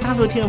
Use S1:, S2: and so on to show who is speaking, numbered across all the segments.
S1: 大陆听众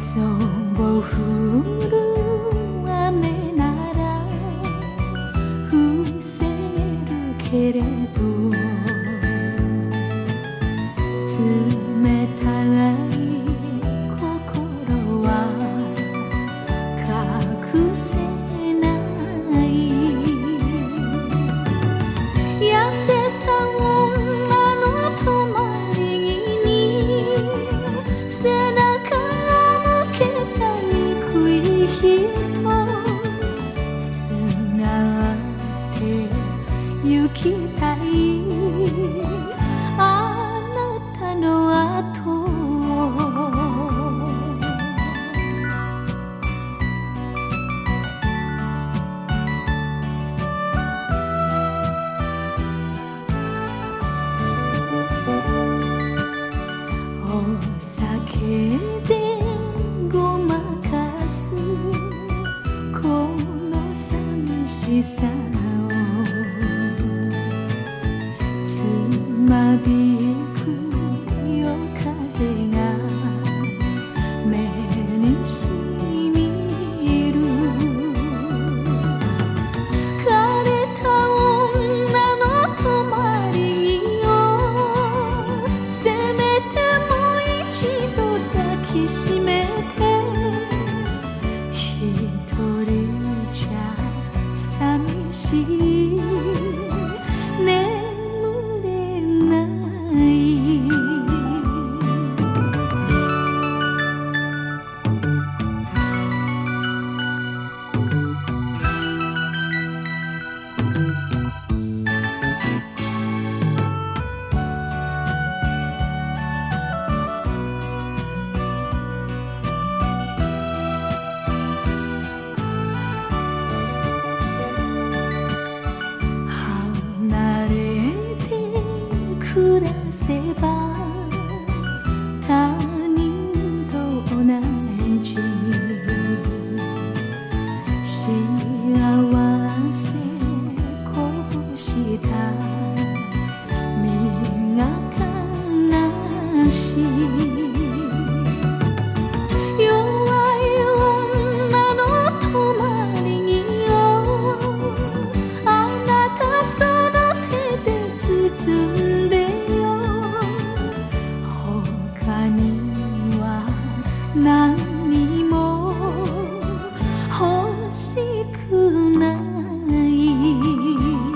S2: Sumbo huru ame nara Fuseru keredo Tsumetai kokoro wa Kakusenai しさをつまびく夜風が目にしみる枯れた女の泊まりよせめてもう一度抱きしめて一人じゃ寂しい眠れない離れて暮らせば他人と同じ幸せこぼした身が悲しい弱い女の泊まりによあなたその手で包んでよ他には何も欲しくない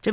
S1: 这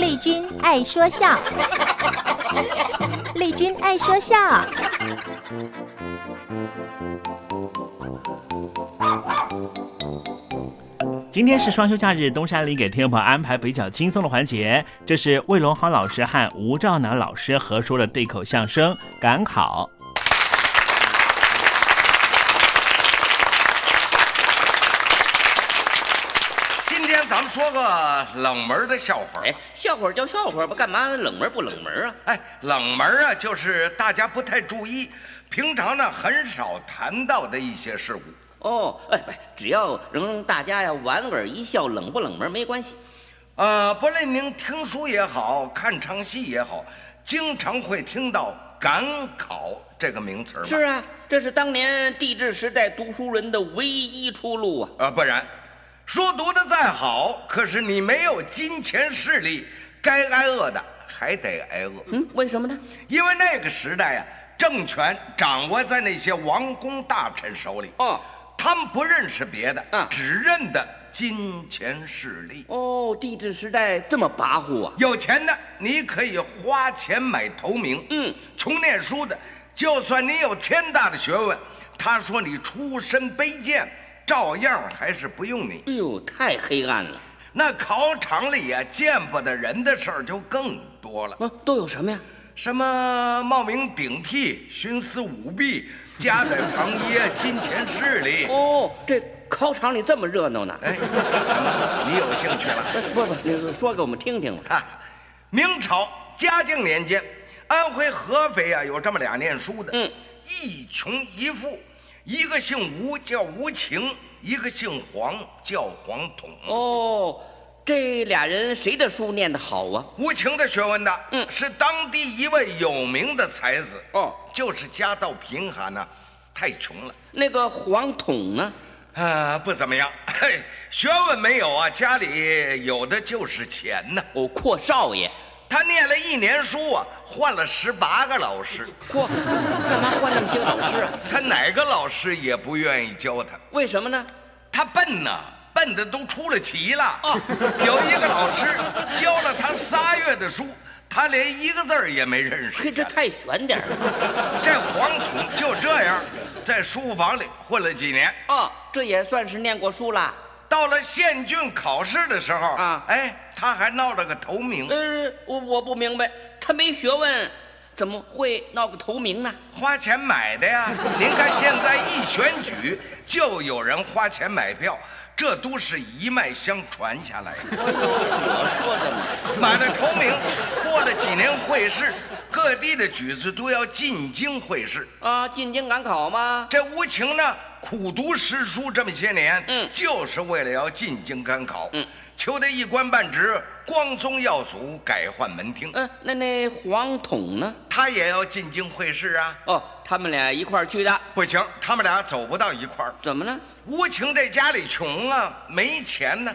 S3: 丽君爱说 笑，丽君爱说笑，
S1: 今天是双休假日，东山林给听众朋友安排比较轻松的环节。这是魏龙豪老师和吴兆南老师合说的对口相声《赶考》。
S4: 今天咱们说个冷门的笑话。哎，
S5: 笑话叫笑话吧，干嘛冷门不冷门啊？
S4: 冷门啊，就是大家不太注意，平常呢很少谈到的一些事物。
S5: 哦，哎，不只要能大家呀莞尔一笑，冷不冷门没关系。
S4: 呃，不论您听书也好看唱戏也好，经常会听到“赶考”这个名词儿嘛。
S5: 是啊，这是当年帝制时代读书人的唯一出路啊。
S4: 啊，不然，书读的再好，可是你没有金钱势力，该挨饿的还得挨饿。
S5: 嗯，为什么呢？
S4: 因为那个时代啊，政权掌握在那些王公大臣手里。
S5: 哦，
S4: 他们不认识别的，
S5: 啊
S4: 只认得金钱势力。
S5: 哦，帝制时代这么跋扈啊？
S4: 有钱的你可以花钱买头名，
S5: 嗯，
S4: 穷念书的，就算你有天大的学问，他说你出身卑贱，照样还是不用你。
S5: 哎呦，太黑暗了。
S4: 那考场里呀、见不得人的事儿就更多了。
S5: 哦都有什么呀？
S4: 什么冒名顶替、徇私舞弊、夹带藏掖、金钱势力。
S5: 哦，这考场里这么热闹呢？
S4: 哎，你有兴趣了？
S5: 不不，你说给我们听听吧。
S4: 啊，明朝嘉靖年间，安徽合肥啊有这么俩念书的，嗯，一穷一富，一个姓吴叫吴情，一个姓黄叫黄统。
S5: 哦，这俩人谁的书念得好啊？
S4: 无情的学问的，嗯，是当地一位有名的才子哦，就是家道贫寒呐、太穷了。
S5: 那个黄统呢？
S4: 啊，不怎么样，嘿，学问没有啊，家里有的就是钱呐。
S5: 哦，阔少爷，
S4: 他念了一年书啊，换了十八个老师。
S5: 嚯，干嘛换那么些老师啊？
S4: 他哪个老师也不愿意教他，
S5: 为什么呢？
S4: 他笨呐，笨的都出了奇了。
S5: 哦
S4: 有一个老师教了他仨月的书，他连一个字儿也没认识。
S5: 嘿，这太悬点儿了。
S4: 这黄统就这样，在书房里混了几年。
S5: 哦，这也算是念过书啦。
S4: 到了县郡考试的时候啊，哎，他还闹了个头名。
S5: 呃，我我不明白，他没学问，怎么会闹个头名呢？
S4: 花钱买的 呀！您看现在一选举就有人花钱买票，这都是一脉相传下来的。
S5: 我说的嘛。
S4: 买了头名，过了几年会试，各地的举子都要进京会试。
S5: 啊，进京赶考吗？
S4: 这无情呢，苦读诗书这么些年，嗯，就是为了要进京赶考，嗯，求得一官半职，光宗耀祖，改换门庭。
S5: 嗯、那那黄统呢？
S4: 他也要进京会试啊，
S5: 哦，他们俩一块儿去的，
S4: 不行，他们俩走不到一块儿。
S5: 怎么呢？
S4: 无情这家里穷啊，没钱呢，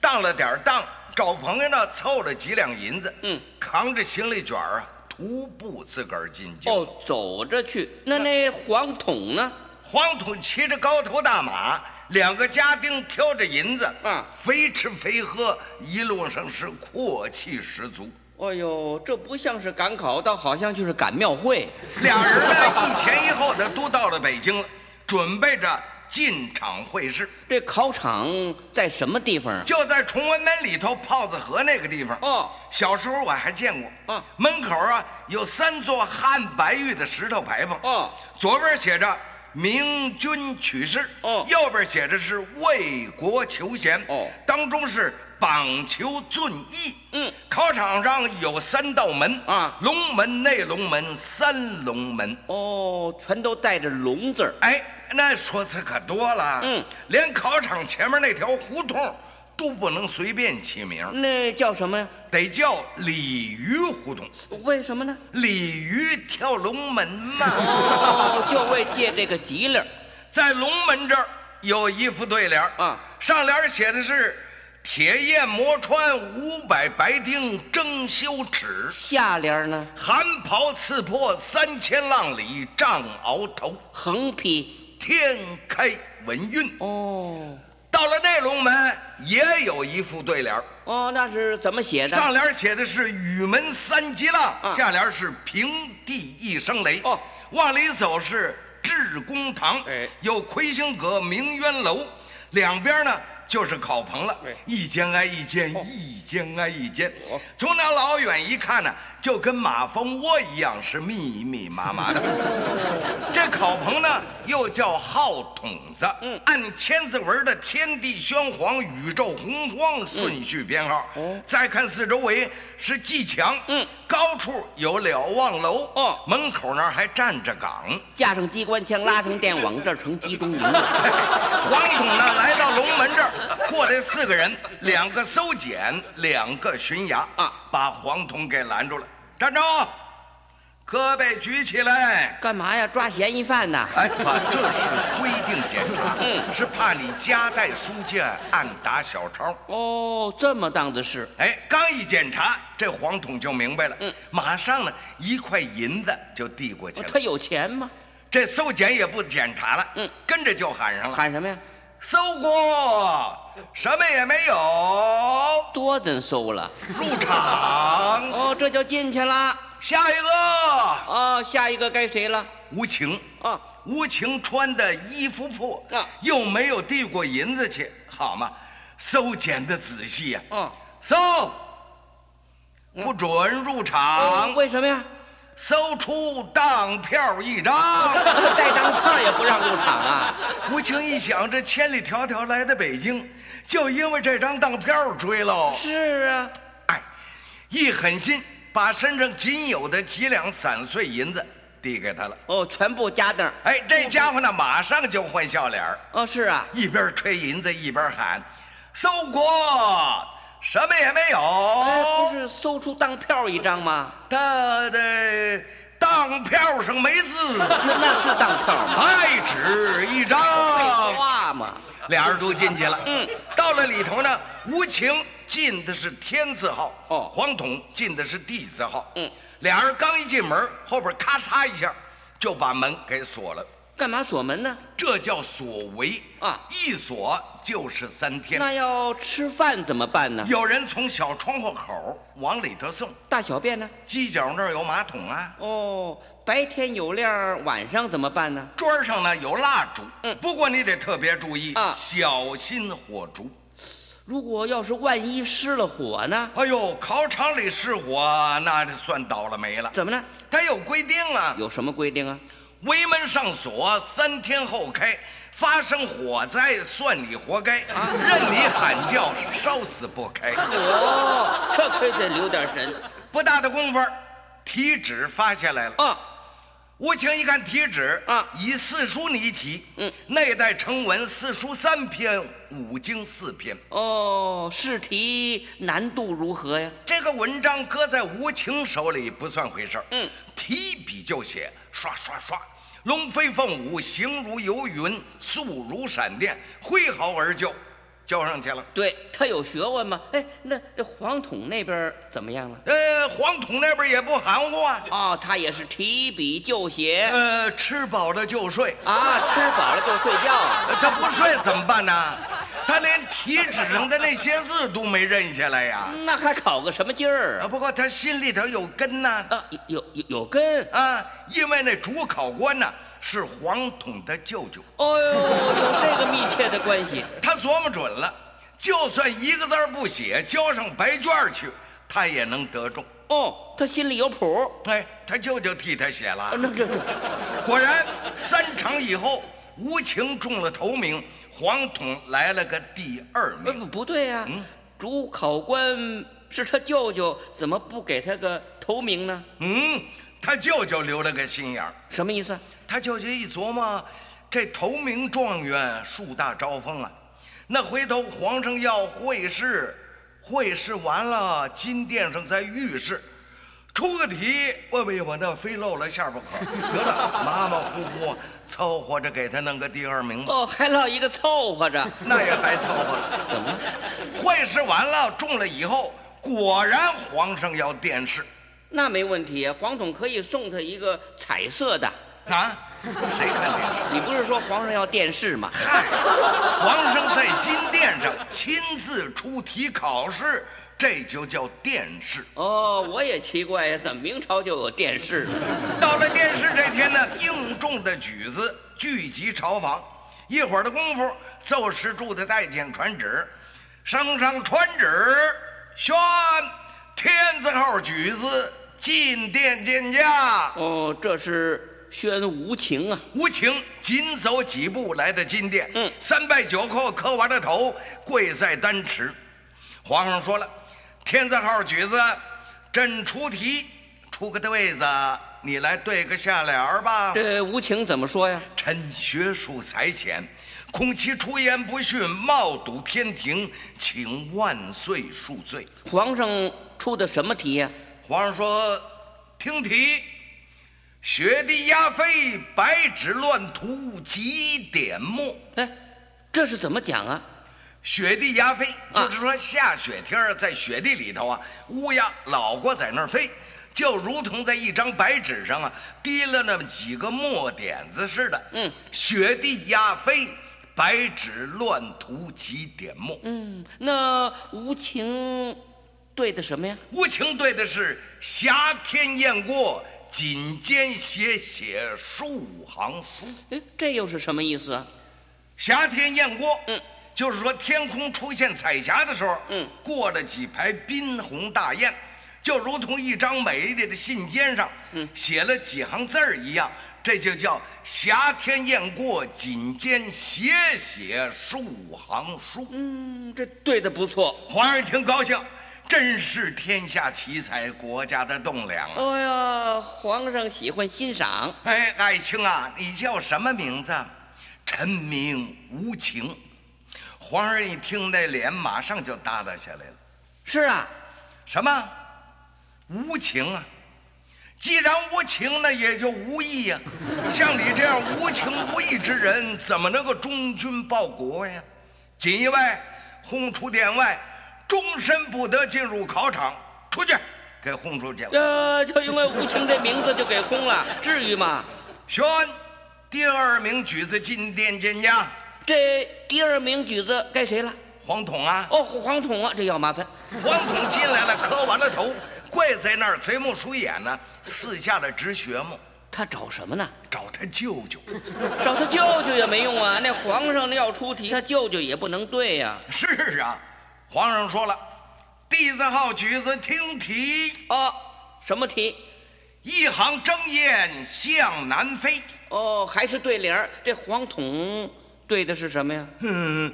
S4: 当了点儿当，找朋友呢凑了几两银子，嗯，扛着行李卷儿啊，徒步自个儿进京。
S5: 哦，走着去。那那黄统呢？
S4: 黄土骑着高头大马，两个家丁挑着银子，啊，非吃非喝，一路上是阔气十足。
S5: 哎呦，这不像是赶考，倒好像就是赶庙会。
S4: 俩人呢，一前一后的都到了北京了，准备着进场会试，
S5: 这考场在什么地方啊？
S4: 就在崇文门里头炮子河那个地方。
S5: 哦，
S4: 小时候我还见过，啊，门口啊有三座汉白玉的石头牌坊，
S5: 哦，
S4: 左边写着。明君取士，哦，右边写着是为国求贤，哦，当中是榜求俊逸，嗯，考场上有三道门啊，龙门、内龙门、三龙门，
S5: 哦，全都带着龙字儿。
S4: 哎，那说辞可多了。嗯，连考场前面那条胡同都不能随便起名，
S5: 那叫什么呀？
S4: 得叫鲤鱼胡同。
S5: 为什么呢？
S4: 鲤鱼跳龙门嘛。
S5: 哦，就为借这个吉利儿。
S4: 在龙门这儿有一副对联啊，上联写的是“铁砚磨穿五百白丁争羞耻，
S5: 下联儿呢？
S4: 寒袍刺破三千浪里丈鳌头”，
S5: 横批。
S4: 天开文运。
S5: 哦，
S4: 到了内龙门也有一副对联儿，
S5: 哦，那是怎么写的？啊
S4: 上联写的是“雨门三级浪”，下联是“平地一声雷”。哦，往里走是智公堂，
S5: 哎
S4: 有魁星阁、明渊楼，两边呢就是考棚
S5: 哎
S4: 了，一间挨一间，
S5: 哦
S4: 一间挨一间。从那老远一看呢，就跟马蜂窝一样，是密密麻麻 的。这考棚呢，又叫号筒子。嗯，按千字文的“天地轩皇，宇宙洪荒”顺序编号。嗯哦，再看四周围是砌墙。嗯，高处有瞭望楼。哦，门口那儿还站着岗。
S5: 架上机关枪，拉上电网，这成集 中营了。
S4: 黄统呢，来到龙门这儿，过来四个人，两个搜检，两个巡衙啊，把黄统给拦住了。站住！胳膊举起来！
S5: 干嘛呀？抓嫌疑犯呐！
S4: 哎，把这是规定检查，是怕你夹带书卷，暗打小抄。
S5: 哦，这么档子事。
S4: 哎，刚一检查，这黄统就明白了，马上呢一块银子就递过去了。
S5: 哦他有钱吗？
S4: 这搜检也不检查了，跟着就喊上了，
S5: 喊什么呀？
S4: 搜过，什么也没有，
S5: 多真搜了。
S4: 入场，
S5: 哦，这就进去啦。
S4: 下一个
S5: 哦，下一个该谁了？
S4: 无情
S5: 啊，
S4: 无情穿的衣服破，又没有递过银子去，好嘛？搜检的仔细呀、
S5: 嗯，
S4: 搜，不准入场。
S5: 哦为什么 呀？
S4: 搜出当票一张，
S5: 带当票也不让入场啊！
S4: 无情一想，这千里迢迢来的北京，就因为这张当票追喽。
S5: 是啊，
S4: 哎，一狠心，把身上仅有的几两散碎银子递给他了。
S5: 哦，全部加那儿。
S4: 哎，这家伙呢，马上就换笑脸儿
S5: 哦，是啊，
S4: 一边吹银子一边喊：“搜国，什么也没有。
S5: 哎，不是搜出当票一张吗？
S4: 他的当票上没字，
S5: 那那是当票吗？
S4: 白纸一张。
S5: 废话嘛，
S4: 俩人都进去了。
S5: 嗯，
S4: 到了里头呢，无情进的是天字号，
S5: 哦
S4: 黄统进的是地字号。
S5: 嗯，
S4: 俩人刚一进门，后边咔嚓一下就把门给锁了，
S5: 干嘛锁门呢？
S4: 这叫锁围
S5: 啊
S4: 一锁就是三天。
S5: 那要吃饭怎么办呢？
S4: 有人从小窗户口往里头送，
S5: 大小便呢？
S4: 犄角那儿有马桶啊，
S5: 哦，白天有亮，晚上怎么办呢？
S4: 桌上呢有蜡烛，
S5: 嗯
S4: 不过你得特别注意
S5: 啊
S4: 小心火烛。
S5: 如果要是万一失了火呢？
S4: 哎呦，烤场里失火，那就算倒了霉了。
S5: 怎么呢？
S4: 它有规定啊，
S5: 有什么规定啊？
S4: 围门上锁，三天后开。发生火灾算你活该，
S5: 啊
S4: 任你喊叫，烧死不开。
S5: 哦，这可得留点神
S4: 不大的功夫儿，题旨发下来了。
S5: 啊！
S4: 无情一看题旨
S5: 啊
S4: 以四书拟题，
S5: 嗯，
S4: 内代成文四书三篇，五经四篇。
S5: 哦，试题难度如何呀？
S4: 这个文章搁在无情手里不算回事儿，
S5: 嗯，
S4: 提笔就写，刷刷刷，龙飞凤舞，形如游云，速如闪电，挥毫而就，交上去了。
S5: 对他有学问吗？哎，那这黄统那边怎么样了？
S4: 呃，黄统那边也不含糊啊，
S5: 哦，他也是提笔就写
S4: 呃，吃饱了就睡，
S5: 啊，吃饱了就睡觉啊。
S4: 呃他不睡怎么办呢？他连题纸上的那些字都没认下来呀。
S5: 那还考个什么劲儿
S4: 啊，
S5: 啊？
S4: 不过他心里头有根呐、
S5: 啊，有有有根，
S4: 啊，因为那主考官呢是黄统的舅舅，
S5: 哦呦，有这个密切的关系。
S4: 他琢磨准了，就算一个字儿不写，交上白卷儿去，他也能得中。
S5: 哦，他心里有谱。
S4: 哎，他舅舅替他写
S5: 啊
S4: 了，
S5: 那这这这
S4: 果然三场以后，无情中了头名，黄统来了个第二
S5: 呃
S4: 名。
S5: 不不对呀、
S4: 嗯
S5: 主考官是他舅舅，怎么不给他个头名呢？
S4: 嗯，他舅舅留了个心眼儿，
S5: 什么意思？
S4: 他舅舅一琢磨，这头名状元树大招风啊，那回头皇上要会试，会试完了，金殿上再御试，出个题，哎呦我那非露了下巴壳，得了，马马虎虎凑合着给他弄个第二名吧，
S5: 哦，还落一个凑合着，
S4: 那也白凑合了。
S5: 怎么了？
S4: 会试完了，中了以后，果然皇上要殿试
S5: 那没问题啊，黄总可以送他一个彩色的。
S4: 啊，谁看电视？
S5: 你不是说皇上要殿试吗？
S4: 嗨，皇上在金殿上亲自出题考试，这就叫殿试。
S5: 哦，我也奇怪呀，怎么明朝就有殿试了？
S4: 到了殿试这天呢，应中的举子聚集朝房，一会儿的功夫，奏事处的太监传旨，圣上传旨，宣天字号举子进殿见驾。
S5: 哦，这是宣无情啊！
S4: 无情紧走几步来到金殿，
S5: 嗯
S4: 三拜九叩，磕完了头，跪在丹池。皇上说了，天字号举子，朕出题，出个对子，你来对个下联儿吧。
S5: 这无情怎么说呀？
S4: 臣学术才浅，恐其出言不逊，冒堵偏庭，请万岁恕罪。
S5: 皇上出的什么题呀、
S4: 皇上说：“听题，雪地压飞，白纸乱涂几点墨。”
S5: 哎，这是怎么讲啊？
S4: 雪地压飞，
S5: 啊
S4: 就是说下雪天儿在雪地里头啊，乌鸦老过在那儿飞，就如同在一张白纸上啊滴了那么几个墨点子似的。
S5: 嗯，
S4: 雪地压飞，白纸乱涂几点墨。
S5: 嗯，那无情对的什么呀？
S4: 无情对的是“挟天雁过，仅间写写数行书。
S5: 哎这又是什么意思啊？
S4: 霞天雁过，嗯，就是说天空出现彩霞的时候，嗯，过了几排宾鸿大雁，就如同一张美丽的信笺上，嗯，写了几行字儿一样，这就叫霞天雁过，锦间写写数行书。
S5: 嗯，这对的不错。
S4: 皇上一听高兴，真是天下奇才，国家的栋梁啊！
S5: 哎呀，皇上喜欢欣赏。
S4: 哎，爱卿啊，你叫什么名字？臣民无情。皇上一听，那脸马上就耷拉下来了。
S5: 是啊，
S4: 什么无情啊？既然无情，那也就无义呀、像你这样无情无义之人，怎么能够忠君报国呀？锦衣卫轰出殿外，终身不得进入考场。出去，给轰出去了。
S5: 呃，就因为无情这名字就给轰了， 至于吗？
S4: 宣，第二名举子进殿见驾。
S5: 这第二名举子该谁了？
S4: 黄统啊！
S5: 哦，黄统啊，这要麻烦。
S4: 黄统进来了，磕完了头，跪在那儿贼目鼠眼呢，四下的直学目。
S5: 他找什么呢？
S4: 找他舅舅。
S5: 找他舅舅也没用啊，那皇上要出题，他舅舅也不能对呀、
S4: 是啊，皇上说了，弟子号举子听题，
S5: 哦，什么题？
S4: 一行争艳向南飞。
S5: 哦，还是对联儿这黄统对的是什么呀？
S4: 嗯，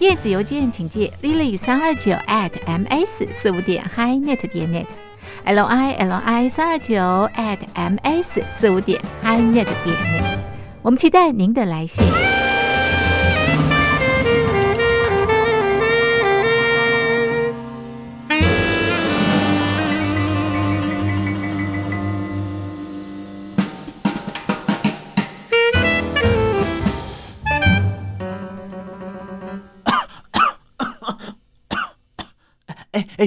S6: 电子邮件请寄 lily 三二九 at m s 四五点 hi net 点 net l i l i 三二九 at m s 四五点 hi net 点 net。我们期待您的来信。
S1: 哎哎，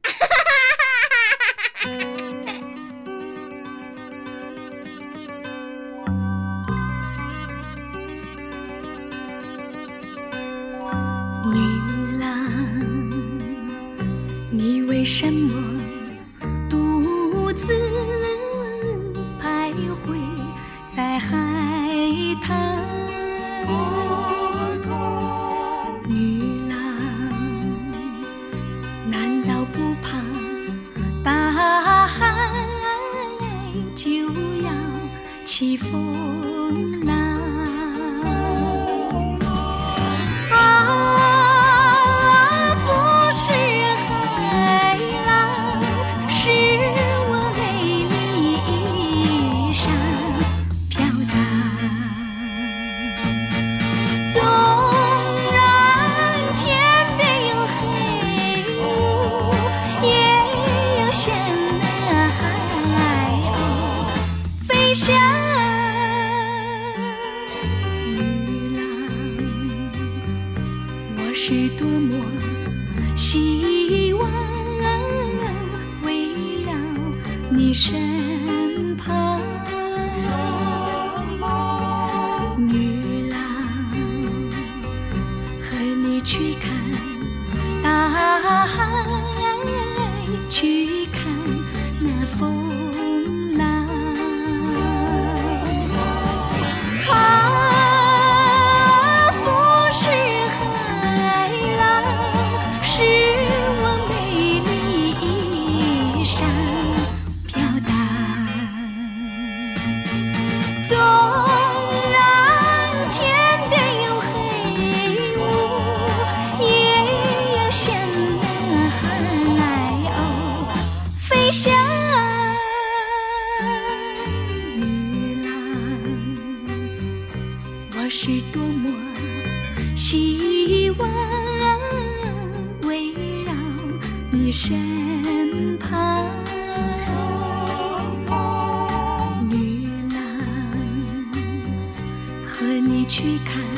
S2: 女郎，你为什么独自徘徊在海滩？女郎，难道不怕大海就要起风浪？啊，不是海浪，是我美丽衣裳飘荡。纵然天边有黑雾，也要向那海鸥飞翔。女郎。我是多么希望围绕你身旁，女郎，和你去看大海，去看那风浪。啊，不是海浪，是我美丽衣裳飘荡。纵然天边有黑雾，也要向那海鸥飞翔。女郎。我是多么希望围绕你身旁，女郎，和你去看